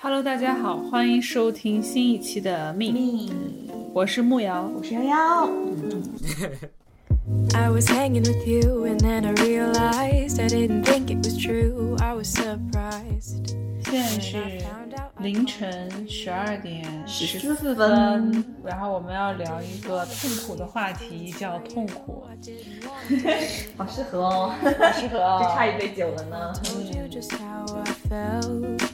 Hello，大家好，欢迎收听新一期的《命》，我是木瑶。我是幺幺， I was hanging with you, and then I realized I didn't think it was true. I was surprised. 现在是 I found out I 凌晨十二点十14四分分，然后我们要聊一个痛苦的话题，叫痛苦， didn't want to. 好适合 哦，适合哦就差一杯酒了呢。 told you just how I felt.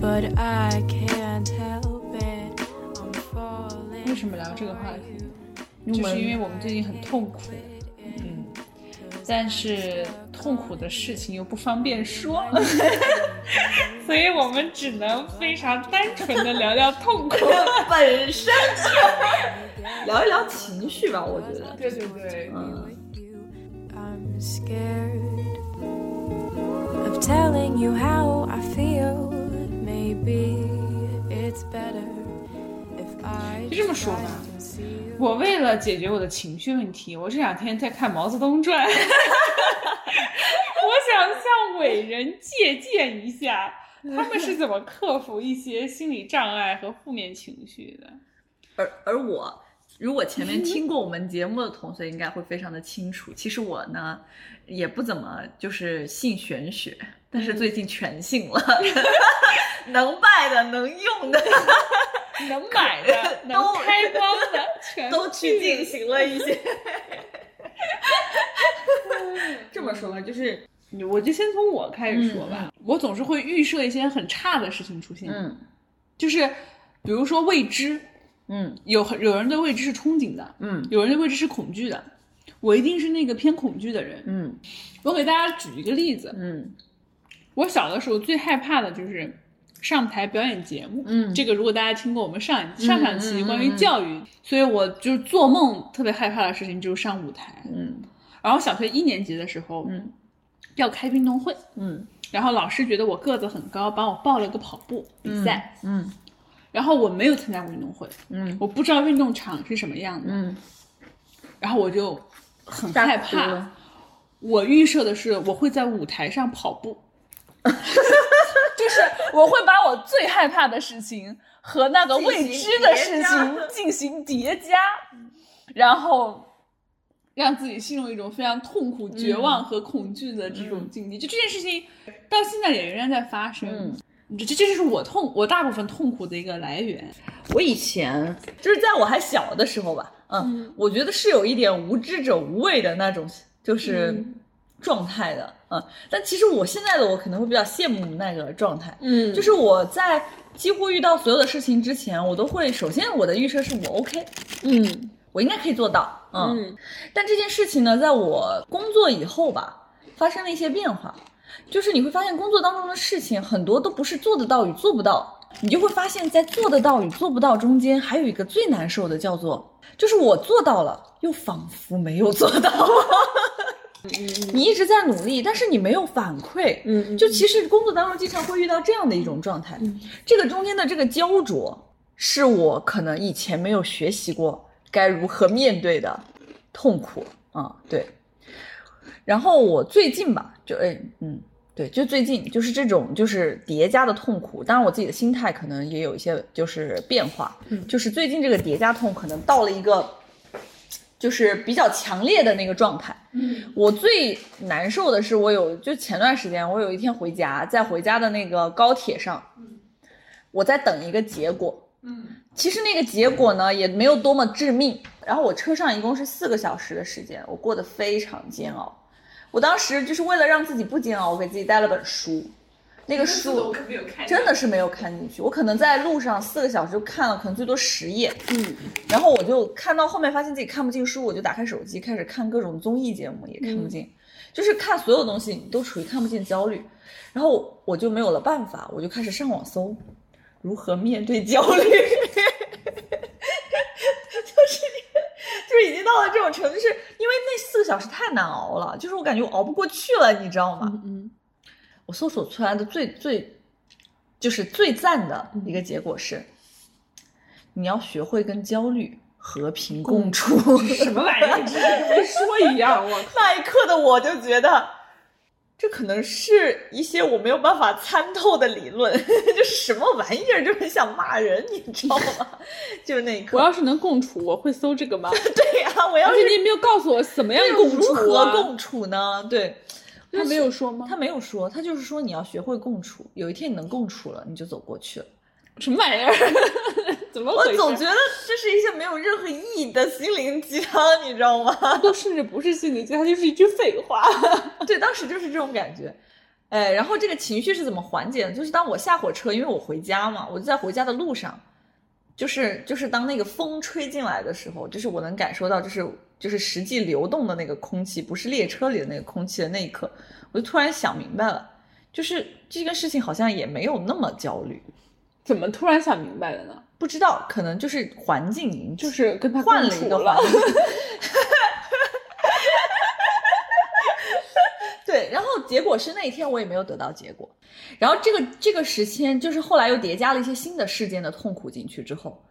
But I can't help it. I'm falling. 为什么聊这个话题？入就门是因为我们最近很痛苦，嗯，但是痛苦的事情又不方便 说，所以我们只能非常单纯的聊聊 痛苦。本身 聊一聊情绪吧，我觉得。对对对，嗯 I'm scared of telling you how I feel. Maybe it's better if I 就这么说吧 try to see you. 我为了解决我的情绪问题，我这两天在看《毛泽东传》， 我想向伟人借鉴一下，他们是怎么克服一些心理障碍和负面情绪的。而而我，如果前面听过我们节目的同学，应该会非常的清楚。其实我呢，也不怎么就是信玄学，但是最近全信了，嗯 能拜的、能用的能买的、能 都开光 的，全都去进了。行了一些。 这么说吧，就是我就先从我开始说吧。我总是会预设一些很差的事情出现，嗯就是比如说未知，嗯有很有人对未知是憧憬的，嗯有人对未知是恐惧的。我一定是那个偏恐惧的人。嗯我给大家举一个例子，嗯我小的时候最害怕的就是上台表演节目。嗯这个如果大家听过我们上一上上期嗯嗯关于嗯教育，所以我就是做梦特别害怕的事情就是上舞台。嗯然后小学一年级的时候，嗯要开运动会，嗯然后老师觉得我个子很高，把我报了个跑步比赛，嗯然后我没有参加过运动会，嗯我不知道运动场是什么样的，嗯，然后我就很害大哭怕了。我预设的是我会在舞台上跑步， 就是我会把我最害怕的事情和那个未知的事 情进行叠加，然后让自己陷入一种非常痛苦、嗯绝望和恐惧的这种境地。就这件事情到现在也仍然在发生。嗯这这就是我痛，我大部分痛苦的一个来源。我以前就是在我还小的时候吧，嗯，我觉得是有一点无知者无畏的那种，就是嗯状态的，嗯，但其实我现在的我可能会比较羡慕那个状态，嗯就是我在几乎遇到所有的事情之前，我都会首先我的预设是我 OK，嗯我应该可以做到，嗯，但这件事情呢，在我工作以后吧，发生了一些变化，就是你会发现工作当中的事情很多都不是做得到与做不到，你就会发现，在做得到与做不到中间，还有一个最难受的叫做，就是我做到了，又仿佛没有做到。 你一直在努力，但是你没有反馈，嗯就其实工作当中经常会遇到这样的一种状态，这个中间的这个焦灼，是我可能以前没有学习过该如何面对的痛苦啊，对。然后我最近吧，就哎嗯，对，就最近就是这种就是叠加的痛苦，当然我自己的心态可能也有一些就是变化，嗯就是最近这个叠加痛可能到了一个就是比较强烈的那个状态，嗯我最难受的是，我有就前段时间，我有一天回家，在回家的那个高铁上，我在等一个结果。嗯其实那个结果呢，也没有多么致命。然后我车上一共是四个小时的时间，我过得非常煎熬。我当时就是为了让自己不煎熬，我给自己带了本书，那个书没有看真的是没有看进去。我可能在路上四个小时就看了，可能最多十页。嗯然后我就看到后面发现自己看不进书，我就打开手机开始看各种综艺节目，也看不进，就是看所有东西你都处于看不进焦虑，然后我就没有了办法，我就开始上网搜如何面对焦虑， 就是就是已经到了这种程度，就是因为那四个小时太难熬了，就是我感觉我熬不过去了，你知道吗？嗯我搜索出来的最最就是最赞的一嗯个结果是，你要学会跟焦虑和平共处。 什么玩意儿？这跟说一样，我那一刻的我就觉得，这可能是一些我没有办法参透的理论， 就是什么玩意儿，就很想骂人，你知道吗？ 就是那一刻，我要是能共处，我会搜这个吗？对呀、我 要而是且你也没有告诉我怎么样共如处、啊，嗯何共处呢？对，他没有说吗？他没有说，他就是说你要学会共处，有一天你能共处了，你就走过去了。什么玩意儿？ 怎么我回事？总觉得这是一些没有任何意义的心灵鸡汤，你知道吗？ 它都甚至不是心理鸡，它就是一句废话。 对，当时就是这种感觉。哎，然后这个情绪是怎么缓解的？就是当我下火车，因为我回家嘛，我就在回家的路上，就是就是当那个风吹进来的时候，就是我能感受到，就是就是实际流动的那个空气，不是列车里的那个空气的那一刻，我就突然想明白了，就是这个事情好像也没有那么焦虑。怎么突然想明白了呢？不知道，可能就是环境影响，就是跟他换共了处一个了 环。境。对，然后结果是那一天我也没有得到结果，然后这个这个时间就是后来又叠加了一些新的事件的痛苦进去之后，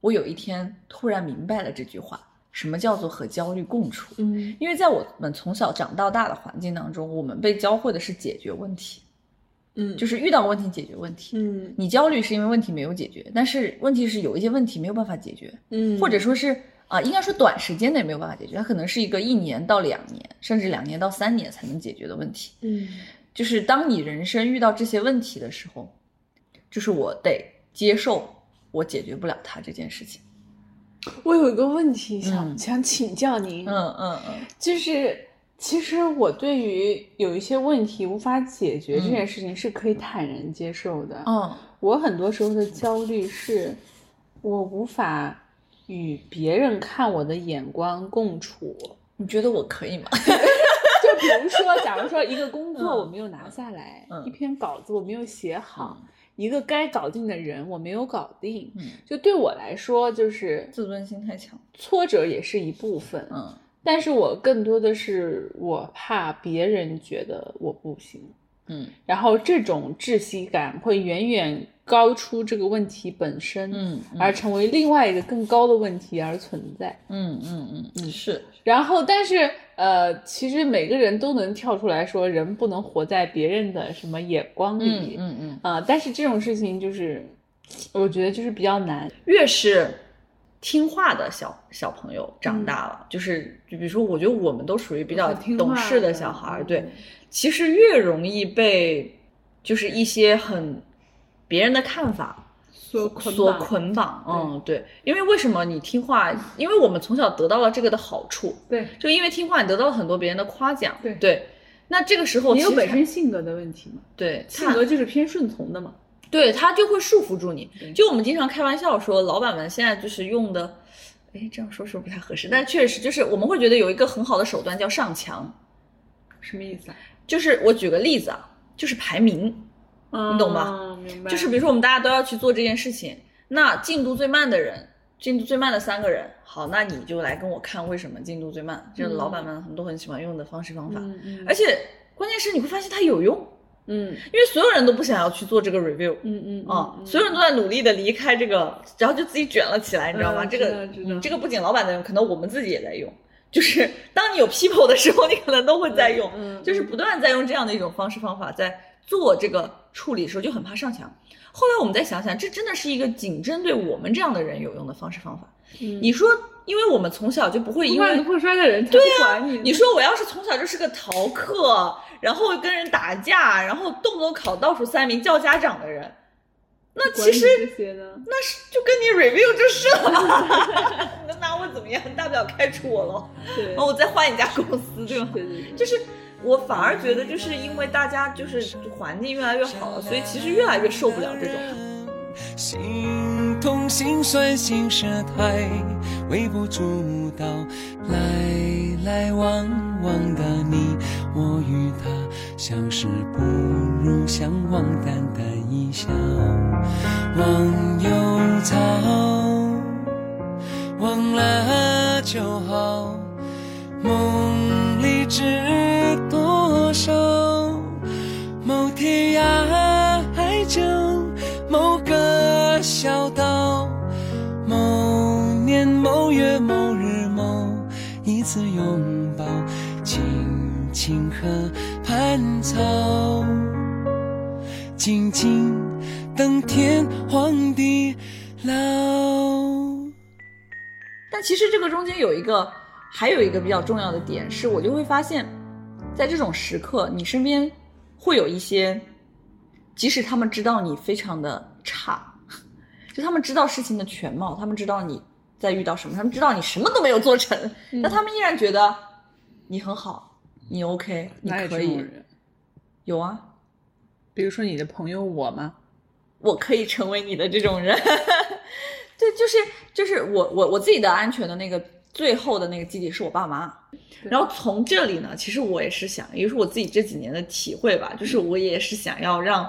我有一天突然明白了这句话，什么叫做和焦虑共处？嗯，因为在我们从小长到大的环境当中，我们被教会的是解决问题，嗯就是遇到问题解决问题。嗯你焦虑是因为问题没有解决，但是问题是有一些问题没有办法解决，嗯，或者说是啊、应该说短时间内没有办法解决，它可能是一个一年到两年，甚至两年到三年才能解决的问题。嗯就是当你人生遇到这些问题的时候，就是我得接受我解决不了它这件事情。我有一个问题想、嗯想请教您，嗯嗯嗯，就是其实我对于有一些问题无法解决嗯这件事情是可以坦然接受的。哦，我很多时候的焦虑是，我无法与别人看我的眼光共处。你觉得我可以吗？就比如说，假如说一个工作嗯我没有拿下来，嗯一篇稿子我没有写好，一个该搞定的人我没有搞定，嗯就对我来说，就是 自尊心太强。挫折也是一部分，嗯但是我更多的是我怕别人觉得我不行，嗯然后这种窒息感会远远高出这个问题本身，嗯嗯而成为另外一个更高的问题而存在。嗯嗯嗯，是然后，但是呃，其实每个人都能跳出来说，人不能活在别人的什么眼光嗯里嗯嗯。啊、但是这种事情就是，我觉得就是比较难。越是听话的小小朋友长大了，就是就比如说，我觉得我们都属于比较很听懂话事的的小孩儿，嗯对，其实越容易被就是一些很别人的看法所所捆绑，嗯，对，因为为什么你听话？因为我们从小得到了这个的好处，对，就因为听话，你得到了很多别人的夸奖，对那这个时候你其有实本他身性格的问题嘛，对性他格就是偏顺从的嘛。对他就会束缚住你对。就我们经常开玩笑说，老板们现在就是用的，哎，这样说是不是不太合适？但确实就是我们会觉得有一个很好的手段叫上墙，什么意思啊？就是我举个例子啊，就是排名，嗯你懂吗？明白。就是比如说我们大家都要去做这件事情，那进度最慢的人。进度最慢的三个人，好，那你就来跟我看为什么进度最慢。这是嗯老板们很多很喜欢用的方式方法，嗯嗯而且关键是你会发现它有用，嗯因为所有人都不想要去做这个 review，嗯嗯啊、嗯所有人都在努力的离开这个，然后就自己卷了起来，你知道吗？嗯这知个道知道这个不仅老板在用，可能我们自己也在用。就是 当你有 people 的时候，你可能都会在用，嗯嗯就是不断地在用这样的一种方式方法在做这个处理的时候，就很怕上墙。后来我们再想想，这真的是一个仅针对我们这样的人有用的方式方法。嗯你说，因为我们从小就不会因因为为你会摔的人，对呀、啊，你说我要是从小就是个逃课，然后跟人打架，然后动不动考倒数三名叫家长的人，那其实这些呢？那是就跟你 review 就是了， 你能拿我怎么样？大不了开除我喽，对然哦后我再换一家公司，对吗？对对对，就是我反而觉得，就是因为大家就是环境越来越好了，所以其实越来越受不了这种。心痛、心酸、心事太微不足道。来来往往的你，我与他相识不如相忘，淡淡一笑。忘忧草，忘了就好。梦里知多少？某天涯海角，某个小岛，某年某月某日某一次拥抱，情情和盘草，静静等天荒地老。但其实这个中间有一个，还有一个比较重要的点是，我就会发现，在这种时刻，你身边会有一些，即使他们知道你非常的差，就他们知道事情的全貌，他们知道你在遇到什么，他们知道你什么都没有做成，嗯但他们依然觉得你很好，你 OK，你哪有可这种以，人？有啊，比如说你的朋友我吗？我可以成为你的这种人。 对，就是就是我我我自己的安全的那个最后的那个基底是我爸妈。然后从这里呢，其实我也是想，也是我自己这几年的体会吧，就是我也是想要让，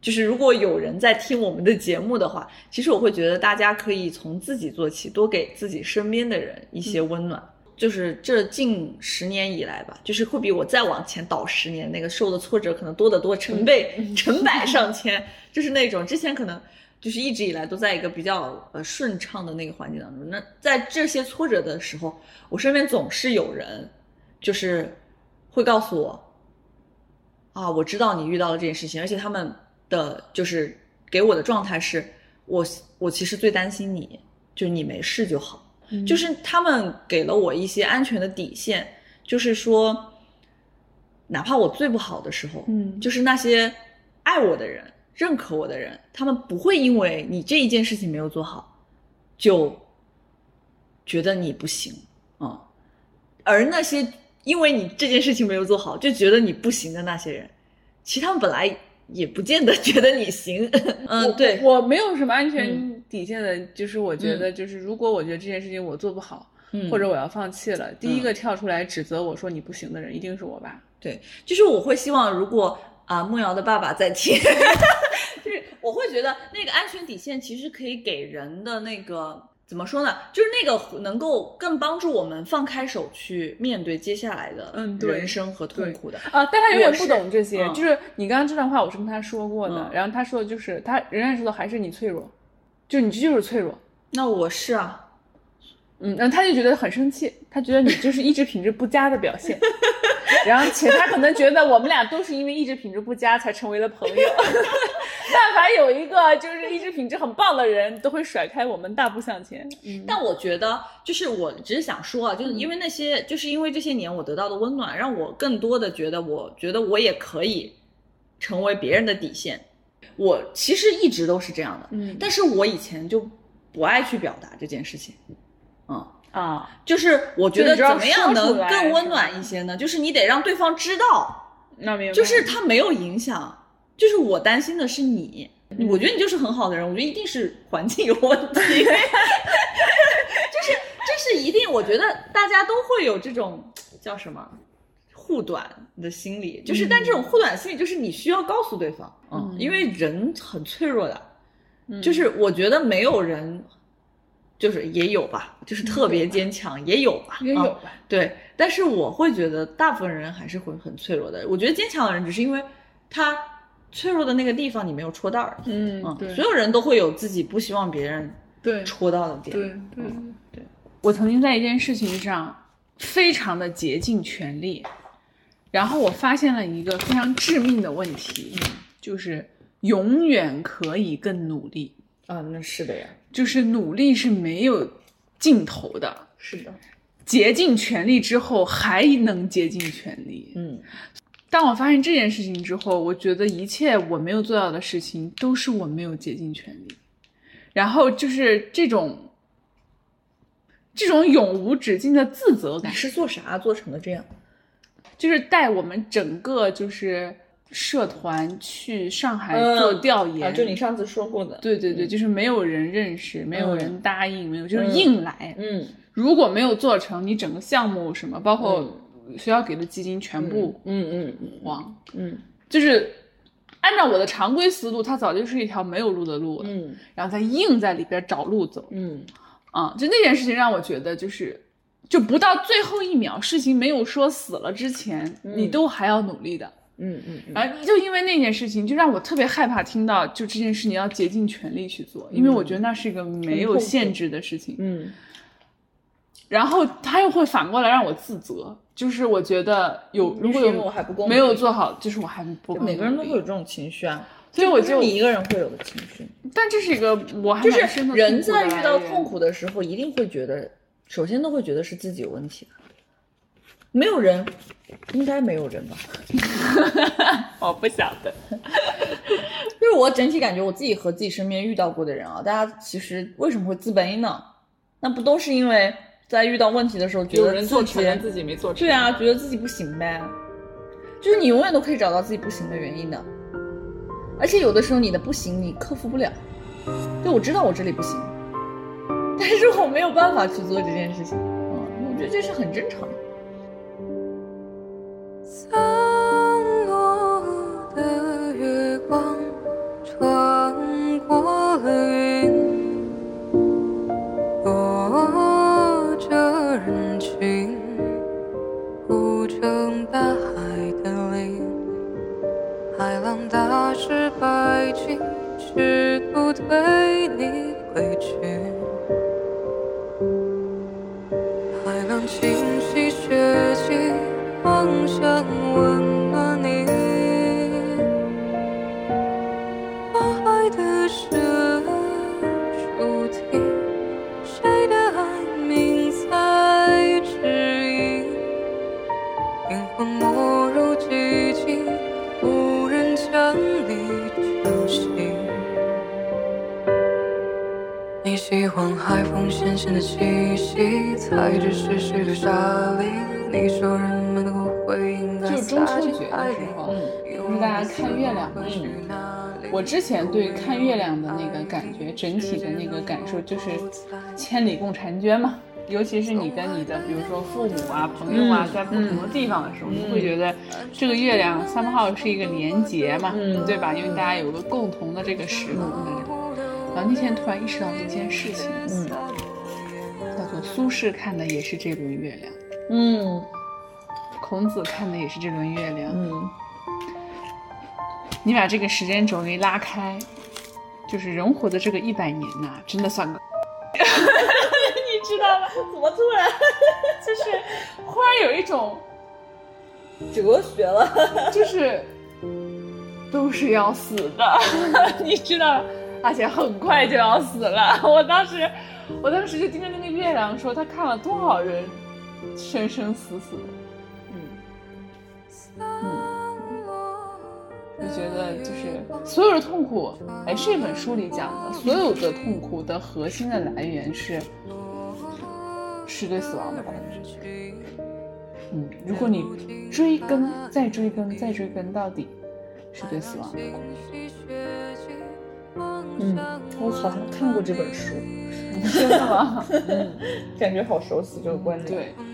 就是如果有人在听我们的节目的话，其实我会觉得大家可以从自己做起，多给自己身边的人一些温暖。就是这近十年以来吧，就是会比我再往前倒十年那个受的挫折可能多得多，成倍、成百上千，就是那种之前可能就是一直以来都在一个比较呃顺畅的那个环境当中。那在这些挫折的时候，我身边总是有人，就是会告诉我，啊，我知道你遇到了这件事情，而且他们的就是给我的状态是，我我其实最担心你，就是你没事就好。嗯就是他们给了我一些安全的底线，就是说，哪怕我最不好的时候，嗯就是那些爱我的人、认可我的人，他们不会因为你这一件事情没有做好，就觉得你不行啊、嗯而那些因为你这件事情没有做好就觉得你不行的那些人，其实他们本来也不见得觉得你行。 嗯，对，我没有什么安全底线的，就是我觉得，就是如果我觉得这件事情我做不好，嗯或者我要放弃了，第一个跳出来指责我说你不行的人一定是我爸。对，就是我会希望，如果啊梦瑶的爸爸在 听，就是我会觉得那个安全底线其实可以给人的那个怎么说呢，就是那个能够更帮助我们放开手去面对接下来的嗯对人生和痛苦的。啊，但他永远我是不懂这些，嗯就是你刚刚这段话，我是跟他说过的，嗯然后他说的就是他仍然说的还是你脆弱，就是你就是脆弱，那我是啊，嗯，然后他就觉得很生气，他觉得你就是意志品质不佳的表现， 然后且他可能觉得我们俩都是因为意志品质不佳才成为了朋友， 但凡有一个就是意志品质很棒的人，都会甩开我们大步向前。嗯，但我觉得就是我只是想说啊，就是因为那些，就是因为这些年我得到的温暖，让我更多的觉得，我觉得我也可以成为别人的底线。我其实一直都是这样的，嗯但是我以前就不爱去表达这件事情，嗯，啊，就是我觉就得你知道怎么样说能出来更温暖一些呢？就是你得让对方知道，那没有，就是他没有影响，就是我担心的是你。我觉得你就是很好的人，我觉得一定是环境有问 题，就是这是一定。我觉得大家都会有这种叫什么护短的心理，就是、但这种护短心理就是你需要告诉对方，嗯，因为人很脆弱的，嗯就是我觉得没有人，就是也有吧，就是特别坚强，也有吧，也有啊吧。对，但是我会觉得大部分人还是会很脆弱的。我觉得坚强的人只是因为他脆弱的那个地方你没有戳到而已。嗯嗯，对所有人都会有自己不希望别人对戳到的点。对对对，嗯我曾经在一件事情上非常的竭尽全力，然后我发现了一个非常致命的问题，嗯就是永远可以更努力，啊，那是的呀，就是努力是没有尽头的。是的，竭尽全力之后还能竭尽全力。嗯，当我发现这件事情之后，我觉得一切我没有做到的事情都是我没有竭尽全力。然后就是这种这种永无止境的自责你感，是做啥做成了这样？就是带我们整个就是社团去上海嗯做调研，啊，就你上次说过的，对对对，就是没有人认识，没有人答应，没有就是嗯硬来，嗯如果没有做成，你整个项目什么，包括学校给的基金全部嗯嗯黄，嗯就是按照我的常规思路，它早就是一条没有路的路了，嗯然后再硬在里边找路走嗯啊、就那件事情让我觉得就是。就不到最后一秒，事情没有说死了之前，你都还要努力的。嗯嗯嗯，而就因为那件事情，就让我特别害怕听到，就这件事你要竭嗯尽全力去做，因为我觉得那是一个没有限制的事情。嗯然后他又会反过来让我自责，就是我觉得有如果嗯是因为有我还不够努力没有做好，就是我还不够每个人都努会力有这种情绪啊，所以我不是就你一个人会有的情绪，但这是一个我还就蛮是深的人痛苦的在遇到痛苦，苦的时候，一定会觉得，首先都会觉得是自己有问题的，没有人，应该没有人吧？哦我不晓得。就是我整体感觉我自己和自己身边遇到过的人啊，大家其实为什么会自卑呢？那不都是因为在遇到问题的时候觉有得人自做己成了自己没做成。对啊，觉得自己不行呗，就是你永远都可以找到自己不行的原因的，而且有的时候你的不行你克服不了，对我知道我这里不行，但是我没有办法去做这件事情，嗯，我觉得这是很正常的。散 음.落的月光穿过了云，落着人群，孤城大海的林，海浪打湿白裙，试图推你回去。海浪清洗血迹，妄想温暖你。花海的深处听，谁的爱名在指引？灵魂没入寂静，无人将你救醒。你喜欢海风咸咸的气息，踩着湿湿的沙粒。你说人们的骨灰应该就是中撒秋进节海的里时。候，嗯就是大家看月亮嘛嗯我之前对看月亮的那个感觉，整体的那个感受就是千里共婵娟嘛。尤其是你跟你的，比如说父母啊、朋友嗯啊，在不同的地方的时候，你会觉得这个月亮 somehow 是一个连结嘛，嗯对吧？因为大家有个共同的这个时刻。然后那天突然意识到一件事情，嗯，叫做苏轼看的也是这轮月亮，嗯孔子看的也是这轮月亮，嗯，你把这个时间轴一拉开，就是人活的这个一百年呐、真的算个。 你知道吗？怎么突然 就是忽然有一种，哲学了？就是都是要死的， 你知道，而且很快就要死了。 我当时，我当时就盯着那个月亮说，他看了多少人生生嗯死死，就嗯觉得就是所有的痛苦，哎，这本书里讲的，所有的痛苦的核心的来源是，是对死亡的恐惧。嗯，如果你追根再追根再追根到底，是对死亡的恐惧。嗯， 我好像看过这本书，真的吗？感觉好熟悉这个观 点。对。嗯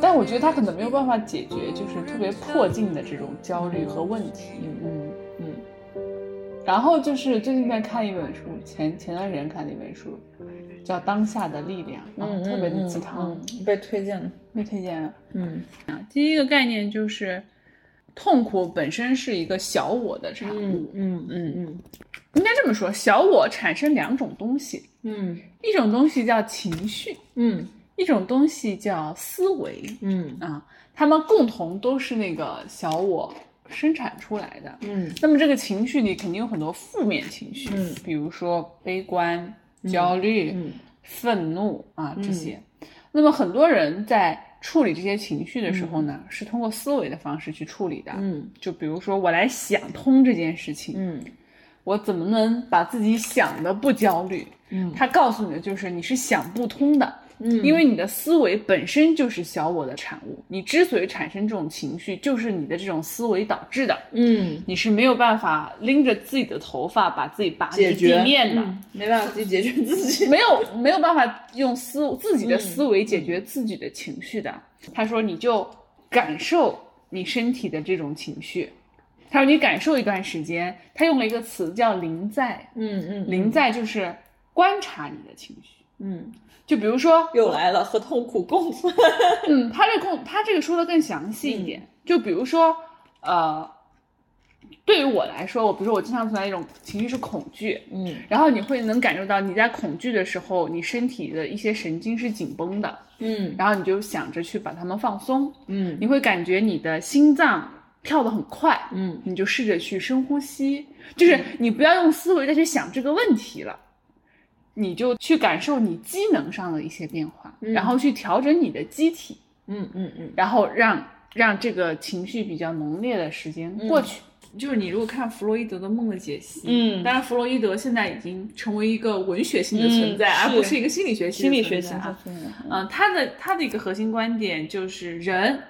但我觉得他可能没有办法解决，就是特别迫近的这种焦虑和问题。嗯嗯。然后就是最近在看一本书，前前段时间看的一本书，叫《当下的力量》，啊，特别的鸡汤，嗯被推荐了。被推荐了。嗯第一个概念就是，痛苦本身是一个小我的产物。嗯嗯嗯，应该这么说，小我产生两种东西，嗯一种东西叫情绪，嗯一种东西叫思维。嗯啊，他们共同都是那个小我生产出来的。嗯那么这个情绪里肯定有很多负面情绪，嗯比如说悲观、焦虑、嗯愤怒啊这些。那么很多人在处理这些情绪的时候呢，是通过思维的方式去处理的。嗯就比如说，我来想通这件事情，嗯我怎么能把自己想的不焦虑？嗯他告诉你的就是你是想不通的，嗯因为你的思维本身就是小我的产物，你之所以产生这种情绪，就是你的这种思维导致的。嗯，你是没有办法拎着自己的头发把自己拔离解决嗯地面的，没办法自己解决自己。没有没有办法用思自己的嗯思维解决自己的情绪的。他说，你就感受你身体的这种情绪。他说你感受一段时间，他用了一个词叫临在，嗯嗯临在就是观察你的情绪。嗯，就比如说，又来了，和痛苦共存。嗯，他这个他这个说的更详细一点，就比如说，呃，对于我来说，我比如说我经常存在一种情绪是恐惧，嗯，然后你会能感受到你在恐惧的时候，你身体的一些神经是紧绷的，嗯然后你就想着去把它们放松，嗯你会感觉你的心脏跳得很快，嗯你就试着去深呼吸，就是你不要用思维再去想这个问题了，你就去感受你机能上的一些变化，嗯然后去调整你的机体，嗯嗯嗯，然后让让这个情绪比较浓烈的时间过去。嗯就是你如果看弗洛伊德的梦的解析，嗯当然弗洛伊德现在已经成为一个文学性的存在，嗯而不是是一个心理学心性理的学存型在啊。的，嗯，他的他的一个核心观点就是人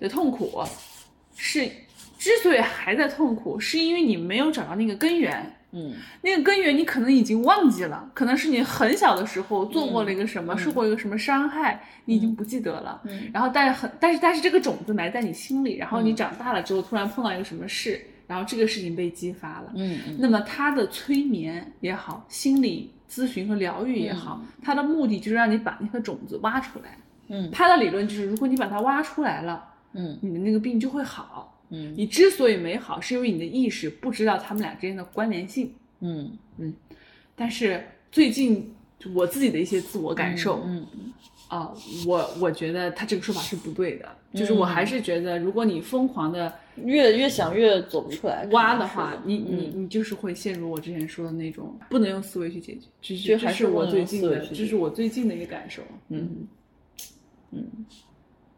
的痛苦是之所以还在痛苦，是因为你没有找到那个根源。嗯那个根源你可能已经忘记了，可能是你很小的时候做过了一个什么，受过一个什么伤害，你已经不记得了。嗯然后但是很，但是但是这个种子埋在你心里，然后你长大了之后突然碰到一个什么事，然后这个事情被激发了。嗯嗯那么他的催眠也好，心理咨询和疗愈也好，它的目的就是让你把那颗种子挖出来。嗯他的理论就是，如果你把它挖出来了，嗯你的那个病就会好。嗯你之所以没好，是因为你的意识不知道他们俩之间的关联性。嗯，但是最近就我自己的一些自我感受，嗯啊，我我觉得他这个说法是不对的，就是嗯我还是觉得，如果你疯狂的越越想越走不出来，挖可的能是话，你你嗯你就是会陷入我之前说的那种不能用思维去解决，这是就这还是是不我能最用近思维的，去这解是我最近的一个感受。嗯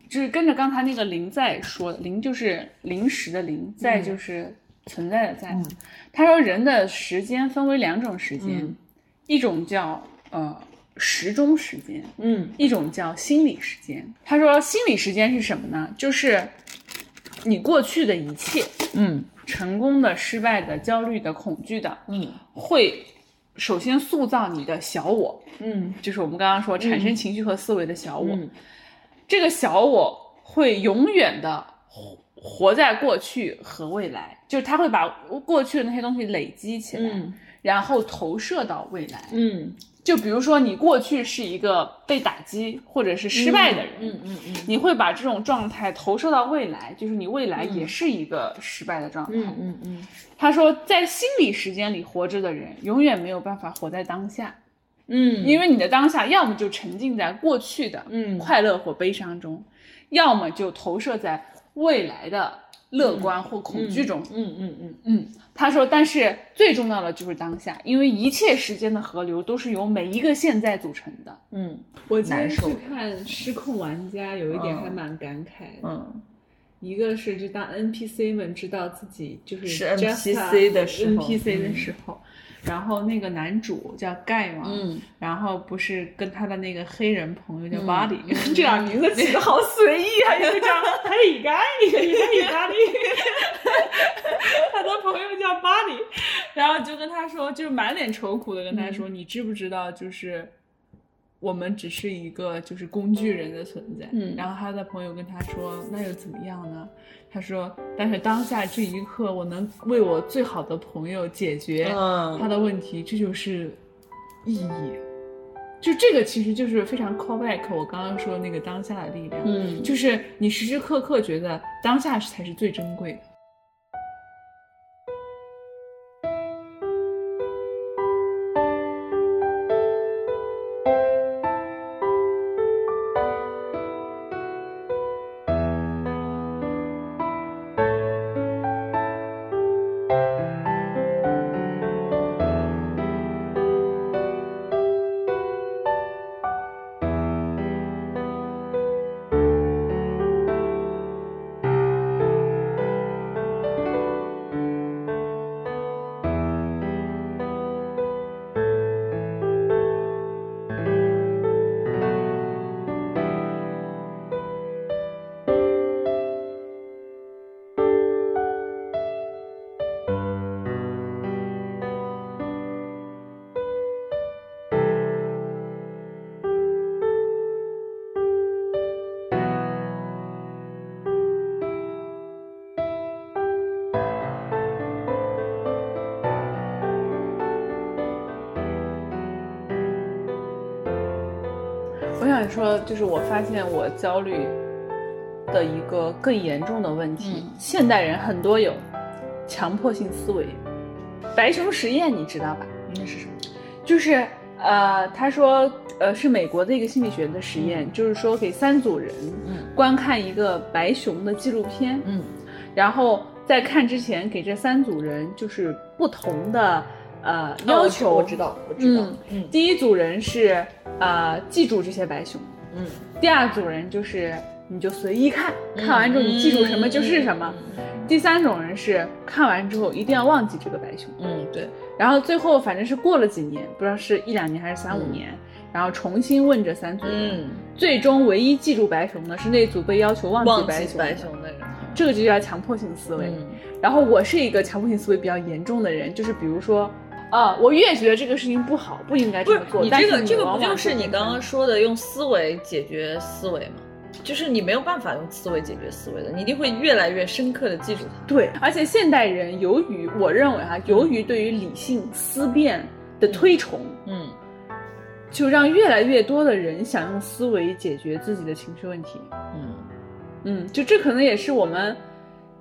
就是跟着刚才那个林在说的，林就是临时的林，嗯在就是存在的在。他说人的时间分为两种时间，嗯一种叫呃时钟时间，嗯一种叫心理时间。他说心理时间是什么呢？就是你过去的一切，嗯成功的、失败的、焦虑的、恐惧的，嗯会首先塑造你的小我，嗯就是我们刚刚说产生情绪和思维的小我。嗯这个小我会永远的活活在过去和未来，就是他会把过去的那些东西累积起来，嗯然后投射到未来。嗯就比如说，你过去是一个被打击或者是失败的人，嗯嗯嗯你会把这种状态投射到未来，就是你未嗯来也是一个失败的状态。嗯嗯他说，在心理时间里活着的人，永远没有办法活在当下，嗯，因为你的当下要么就沉浸在过去的嗯快乐或悲伤中，要么就投射在未来的嗯乐观或恐惧中。嗯嗯嗯嗯，他说，但是最重要的就是当下，因为一切时间的河流都是由每一个现在组成的。嗯我今天难去受看《失控玩家》，有一点还嗯蛮感慨的，嗯一个是就当 NPC 们知道自己就是是 just NPC a 的时候 NPC 的嗯时候，然后那个男主叫盖嘛，嗯，然后不是跟他的那个黑人朋友叫巴里，这俩名字起的好随意啊，一个叫黑盖，一个叫巴里，他的朋友叫巴里，然后就跟他说，就是满脸愁苦的跟他嗯说，你知不知道就是。我们只是一个就是工具人的存在，嗯然后他的朋友跟他说，那又怎么样呢？他说，但是当下这一刻，我能为我最好的朋友解决他嗯的问题，这就是意义。就这个其实就是非常 callback 我刚刚说的那个当下的力量，嗯就是你时时刻刻觉得当下才是最珍贵的。我想说，就是我发现我焦嗯虑的一个更严重的问题，现代人很多有强迫性思维。白熊实验你知道吧？嗯那是什么？就是呃，他说呃是美国的一个心理学的实验，就是说给三组人嗯观看一个白熊的纪录片，嗯然后在看之前给这三组人就是不同的呃要求。哦我知道，我知道，嗯第一组人是呃记住这些白熊，嗯，第二组人就是你就随意看，看完之后你记住什么就是什嗯么。第三种人是看完之后一定要忘记这个白熊，嗯，对，然后最后反正是过了几年，不知道是一两年还是三五嗯年，然后重新问这三组人，嗯，最终唯一记住白熊的是那组被要求忘忘记记白熊的。白熊的人，这个就叫强迫性思维。嗯然后我是一个强迫性思维比较严重的人，就是比如说，啊，我越觉得这个事情不好，不应该不这是么做，你但这个是这个往不往就是你刚刚会说的用思维解决思维吗？就是你没有办法用思维解决思维的，你一定会越来越深刻的记住它。对？而且现代人由于我认为嗯哈、由于对于理性思辨的推崇，嗯就让越来越多的人想用思维解决自己的情绪问题。嗯，嗯，就这可能也是我们。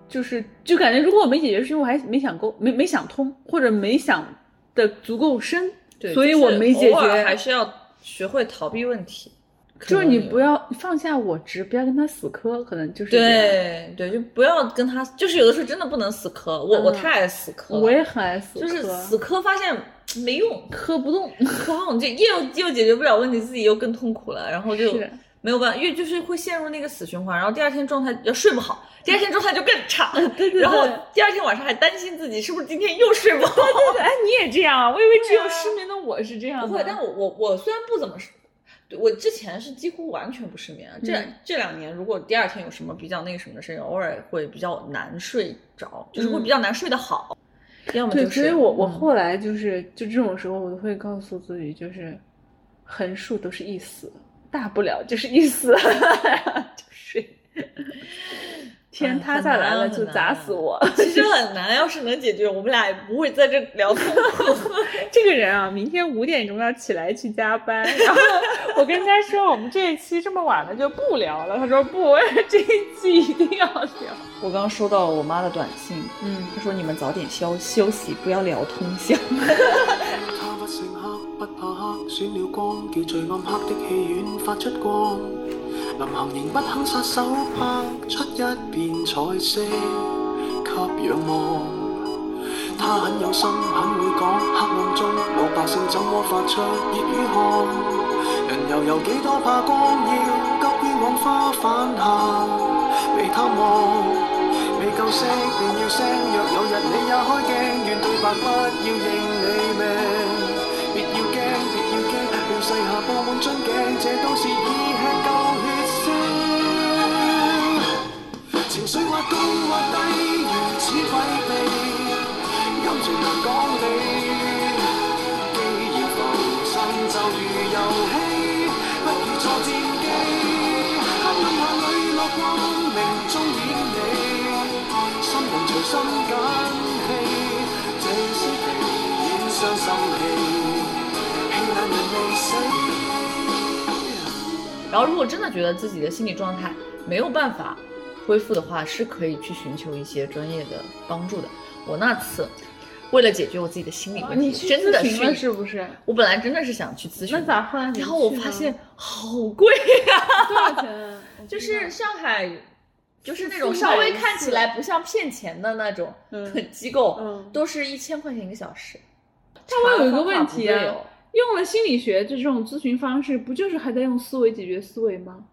就是就感觉，如果我没解决事情，我还没想够，没没想通，或者没想的足够深，对，所以就是我没解偶尔决，还是要学会逃避问题。就可是能你有不要放下我执，不要跟他死磕，可能就是这样。对对，就不要跟他，就是有的时候真的不能死磕，我、我嗯太爱死磕了，我也很爱死磕，就是死磕发现没用，磕不 动。磕不动，就又又解决不了问题，自己又更痛苦了，然后就是没有办法，越就是会陷入那个死循环，然后第二天状态要睡不好，第二天状态就更差，对 对然后对第二天晚上还担心自己是不是今天又睡 不好。哎，你也这样啊？我以为只有失眠的我是这样的。不会，但我我我虽然不怎么失，对我之前是几乎完全不失眠。这、嗯这两年，如果第二天有什么比较那个什么的事情，偶尔会比较难睡着，就是会比较难睡得好。要么就嗯对，是，所以我我嗯后来就是就这种时候，我都会告诉自己，就是横竖都是一死，大不了就是一死， 就睡。天塌下来了很难啊就砸死我！ 其实很难，要是能解决，我们俩也不会在这聊痛苦。这个人啊，明天五点钟要起来去加班，然后我跟他说我们这一期这么晚了就不聊了，他说不， 这一期一定要聊。我刚收到我妈的短信，嗯，她说你们早点休休息，不要聊通宵。 他不姓黑，不怕黑，选了光，叫最暗黑的戲院發出光。臨行仍不肯撒手，拍出一片彩色給仰望。他很有心，很會講，黑暗中老百姓怎麼發出熱與汗？人又有幾多怕光，要急於往花瓣下被探望。未夠識便要聲，若有日你也開鏡，願對白不要認你命。別要驚，別要驚，亂世下播滿樽頸，這都是已吃夠血腥。情緒或高或低，如此規避，感情難講理。既然浮生就如遊戲，不如坐戰機。黑暗下磊落光明中演你，心人隨心揀戲，這是皮演傷心戲，戲眼人未死。然后，如果真的觉得自己的心理状态没有办法恢复的话，是可以去寻求一些专业的帮助的。我那次为了解决我自己的心理问题，你去真的咨询了是是不是？我本来真的是想去咨询那的，咋后来没去然呢后我发现好贵呀、多少钱 啊？就是上海。就是那种四稍百微四看起来不像骗钱的那种嗯 机构，嗯都是一千块钱一个小时。但我有一个查问的方法不题对啊哦，用了心理学就这种咨询方式，不就是还在用思维解决思维吗？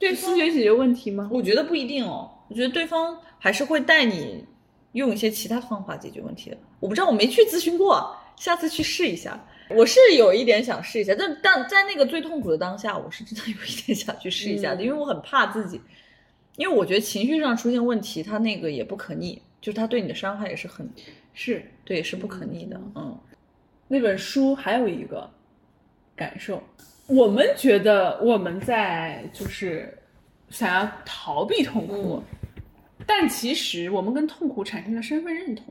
对思维解决问题吗？我觉得不一定哦，我觉得对方还是会带你用一些其他方法解决问题的。我不知道，我没去咨询过，下次去试一下。我是有一点想试一下，但但在那个最痛苦的当下，我是真的 有一点想去试一下的，嗯因为我很怕自己，因为我觉得情绪上出现问题，它那个也不可逆，就是它对你的伤害也是很是对，也是不可逆的。嗯，那本书还有一个感受，我们觉得我们在就是想要逃避痛苦，嗯但其实我们跟痛苦产生了身份认同。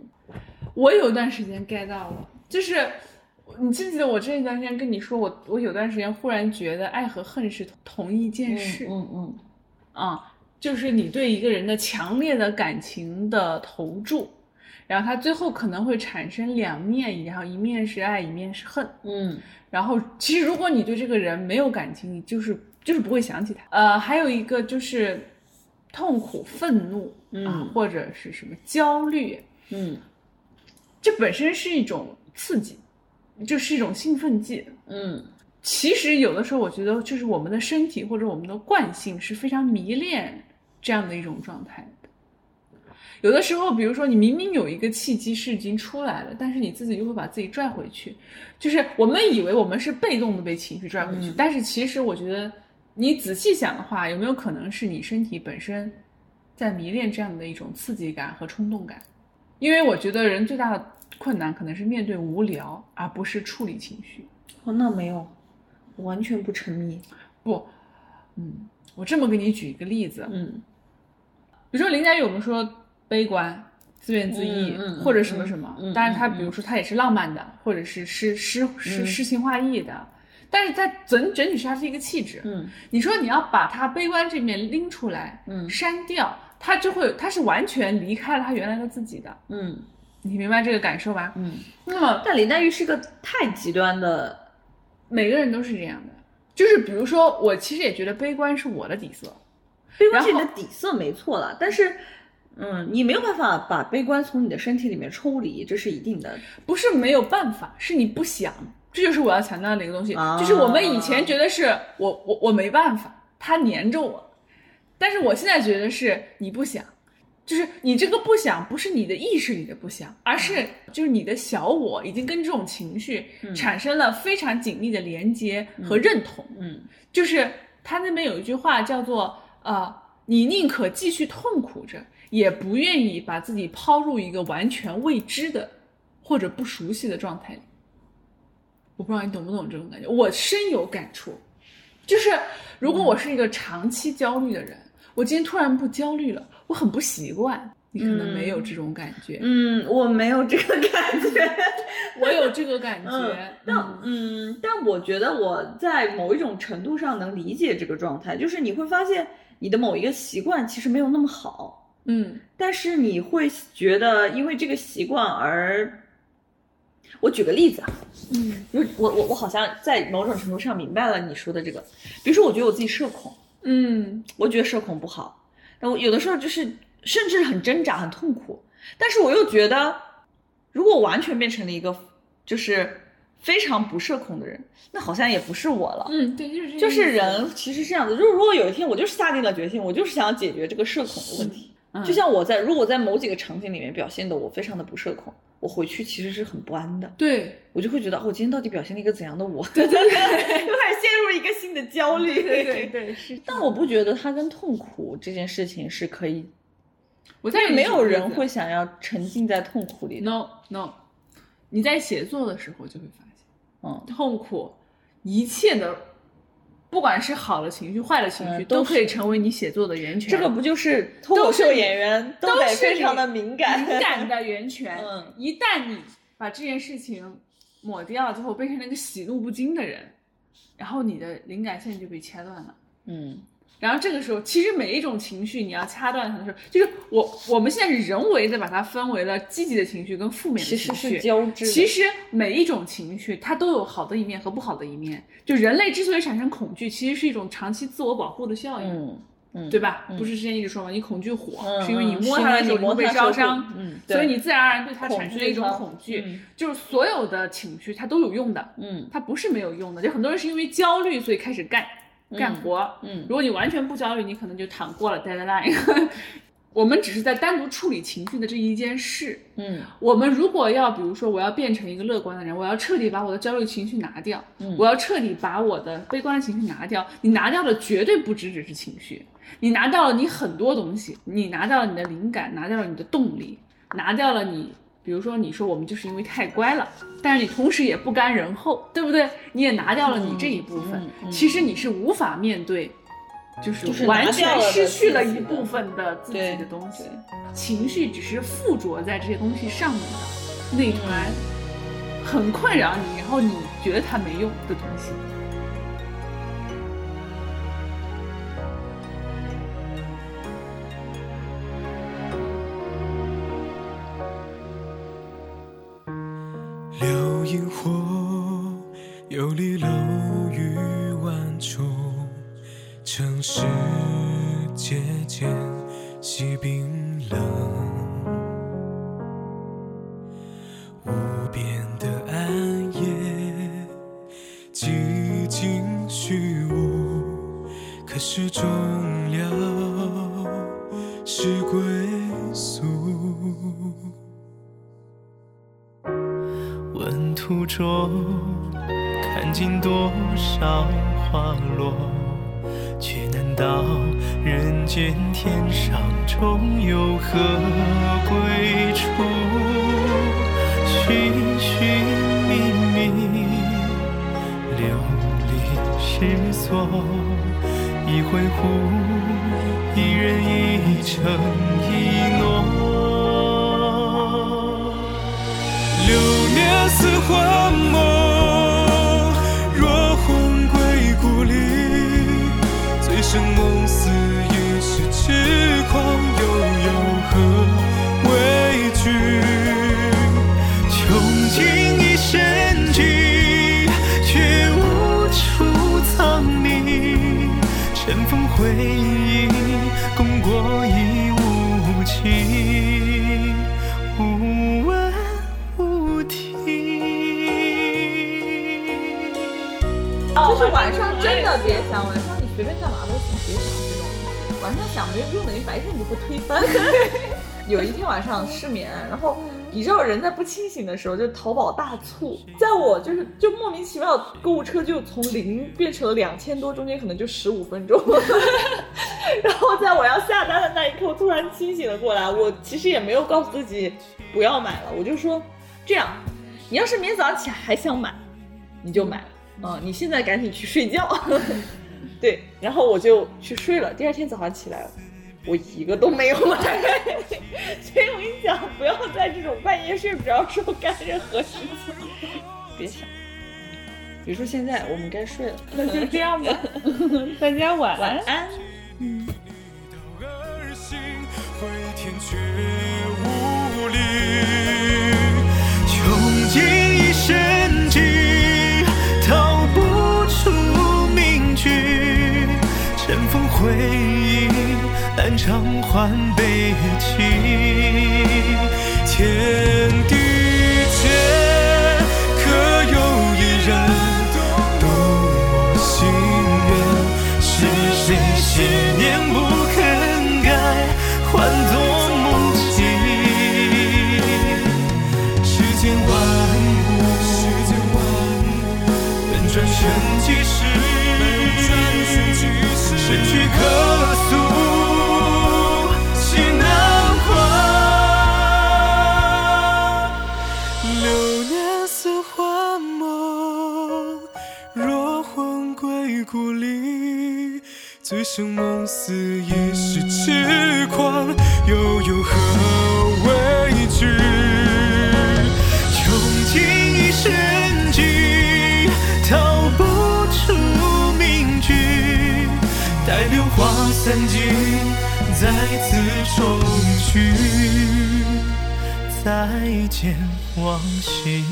我有一段时间 get 到了，就是你记不记得我这一段时间跟你说，我我有段时间忽然觉得爱和恨是同一件事，嗯嗯啊，就是你对一个人的强烈的感情的投注，然后它最后可能会产生两面，然后一面是爱，一面是恨。嗯，然后其实如果你对这个人没有感情，你就是就是不会想起他。呃，还有一个就是痛苦、愤怒，嗯啊，或者是什么焦虑，嗯这本身是一种刺激，就是一种兴奋剂。嗯其实有的时候，我觉得就是我们的身体或者我们的惯性是非常迷恋这样的一种状态的。有的时候，比如说你明明有一个契机是已经出来了，但是你自己又会把自己拽回去。就是我们以为我们是被动的被情绪拽回去，嗯但是其实我觉得你仔细想的话，有没有可能是你身体本身在迷恋这样的一种刺激感和冲动感？因为我觉得人最大的困难可能是面对无聊，而不是处理情绪。哦，那没有，我完全不沉迷。不，嗯，我这么给你举一个例子，嗯比如说林黛玉，我们说悲观、自怨自艾、嗯嗯嗯或者什么什么，嗯嗯但是她嗯嗯比如说她也是浪漫的，或者是诗诗诗嗯诗情画意的，但是在整整体上是一个气质。嗯你说你要把她悲观这面拎出来，嗯删掉，她就会她是完全离开了她原来的自己的，嗯你明白这个感受吧？嗯。那么但林黛玉是个太极端的，每个人都是这样的，就是比如说我其实也觉得悲观是我的底色，悲观是你然的底色没错了，但是。嗯，你没有办法把悲观从你的身体里面抽离，这是一定的。不是没有办法，是你不想。这就是我要强调的一个东西，啊就是我们以前觉得是我我我没办法，他黏着我，但是我现在觉得是你不想，就是你这个不想不是你的意识里的不想，而是就是你的小我已经跟这种情绪嗯产生了非常紧密的连接和认同。嗯就是他那边有一句话叫做呃，你宁可继续痛苦着，也不愿意把自己抛入一个完全未知的或者不熟悉的状态里。我不知道你懂不懂这种感觉，我深有感触。就是如果我是一个长期焦虑的人，我今天突然不焦虑了，我很不习惯。你可能没有这种感觉，嗯，我没有这个感觉。我有这个感觉。嗯但嗯，但我觉得我在某一种程度上能理解这个状态，就是你会发现你的某一个习惯其实没有那么好，嗯但是你会觉得因为这个习惯而……我举个例子啊，嗯我我我我好像在某种程度上明白了你说的这个，比如说我觉得我自己社恐，嗯我觉得社恐不好，那我有的时候就是甚至很挣扎、很痛苦，但是我又觉得，如果我完全变成了一个就是非常不社恐的人，那好像也不是我了。嗯，对，就是这个就是意思人其实是这样子，就是如果有一天我就是下定了决心，我就是想要解决这个社恐的问题。嗯就像我在如果在某几个场景里面表现的我非常的不社恐，我回去其实是很不安的，对我就会觉得哦我今天到底表现了一个怎样的我？ 对对对，又开始陷入一个新的焦虑。对对对是。但我不觉得它跟痛苦这件事情是可以，我在但没有人会想要沉浸在痛苦里的。 no no，你在写作的时候就会发现，嗯，痛苦，一切的，不管是好的情绪、坏的情绪，嗯都可以是成为你写作的源泉。这个不就是脱口秀演员都得是非你常的敏感？敏感的源泉。嗯一旦你把这件事情抹掉了之后，变成了一个喜怒不惊的人，然后你的灵感线就被掐断了。嗯然后这个时候，其实每一种情绪你要掐断它的时候，就是我我们现在是人为的把它分为了积极的情绪跟负面的嗯其情绪，实是交织的。其实每一种情绪它都有好的一面和不好的一面。就人类之所以产生恐惧，其实是一种长期自我保护的效应，嗯嗯，对吧？嗯不是之前一直说吗？你恐惧火，嗯是因为你嗯摸是它的因为时候你摸会它烧受伤，苦嗯对所以你自然而然对它恐产生惧了一种它恐惧。嗯就是所有的情绪它都有用的，嗯它不是没有用的。就很多人是因为焦虑所以开始干干活，嗯如果你完全不焦虑，你可能就躺过了 deadline。我 们只是在单独处理情绪的这一件事，嗯我们如果要，比如说我要变成一个乐观的人，我要彻底把我的焦虑情绪拿掉，嗯我要彻底把我的悲观的情绪拿掉。你拿掉的绝对不只只是情绪，你拿掉了你很多东西，你拿掉了你的灵感，拿掉了你的动力，拿掉了你，比如说你说我们就是因为太乖了，但是你同时也不甘人后，对不对？你也拿掉了你这一部分，嗯嗯嗯其实你是无法面对。就就是是拿完掉全了的失去了自己一的部分的自己对的东西，情绪只是附着在这些东西上面的那团很困扰你，然后你觉得它没用的东西。萤火，游离楼宇万重，城市渐渐系冰冷。无边的暗夜，寂静虚无，可是终了是归宿。问途中看尽多少花落，却难道人间天上终有何归处？寻寻觅觅，流离失所，一回顾，一人一城一诺。流年似幻梦，若红归故里，醉生梦死一世痴狂，又有何畏惧？穷尽一身迹，却无处藏匿。尘封回忆，功过已无期，无问无题。就是哦晚上真的别想，晚上你随便干嘛都行，别想这种。晚上想没有用的，你白天你就会推翻。 有一天晚上失眠，然后你知道人在不清醒的时候，就是淘宝大促，在我就是就莫名其妙购物车就从零变成了两千多，中间可能就十五分钟。 然后在我要下单的那一刻，我突然清醒了过来。我其实也没有告诉自己不要买了，我就说这样，你要是明天早上起来还想买，你就买。嗯，你现在赶紧去睡觉。 对，然后我就去睡了。第二天早上起来，我一个都没有买。 所以我跟你讲，不要在这种半夜睡不着的时候干任何事情，别想。比如说现在我们该睡了，那就这样 吧，大家晚安晚。安。斗而行，回天却无力。穷尽一身迹，逃不出命局。尘封回忆，难偿还悲戚。天地间，可有一人懂我心愿？是谁邪念不肯改，唤作梦境？世间万物，本转瞬即逝，身躯可塑，心难还。流年似幻梦，若魂归故里，醉生梦死一世痴狂，又有何畏惧？穷尽一身迹，逃不出命局，待流花散尽，再次重聚。再见往昔。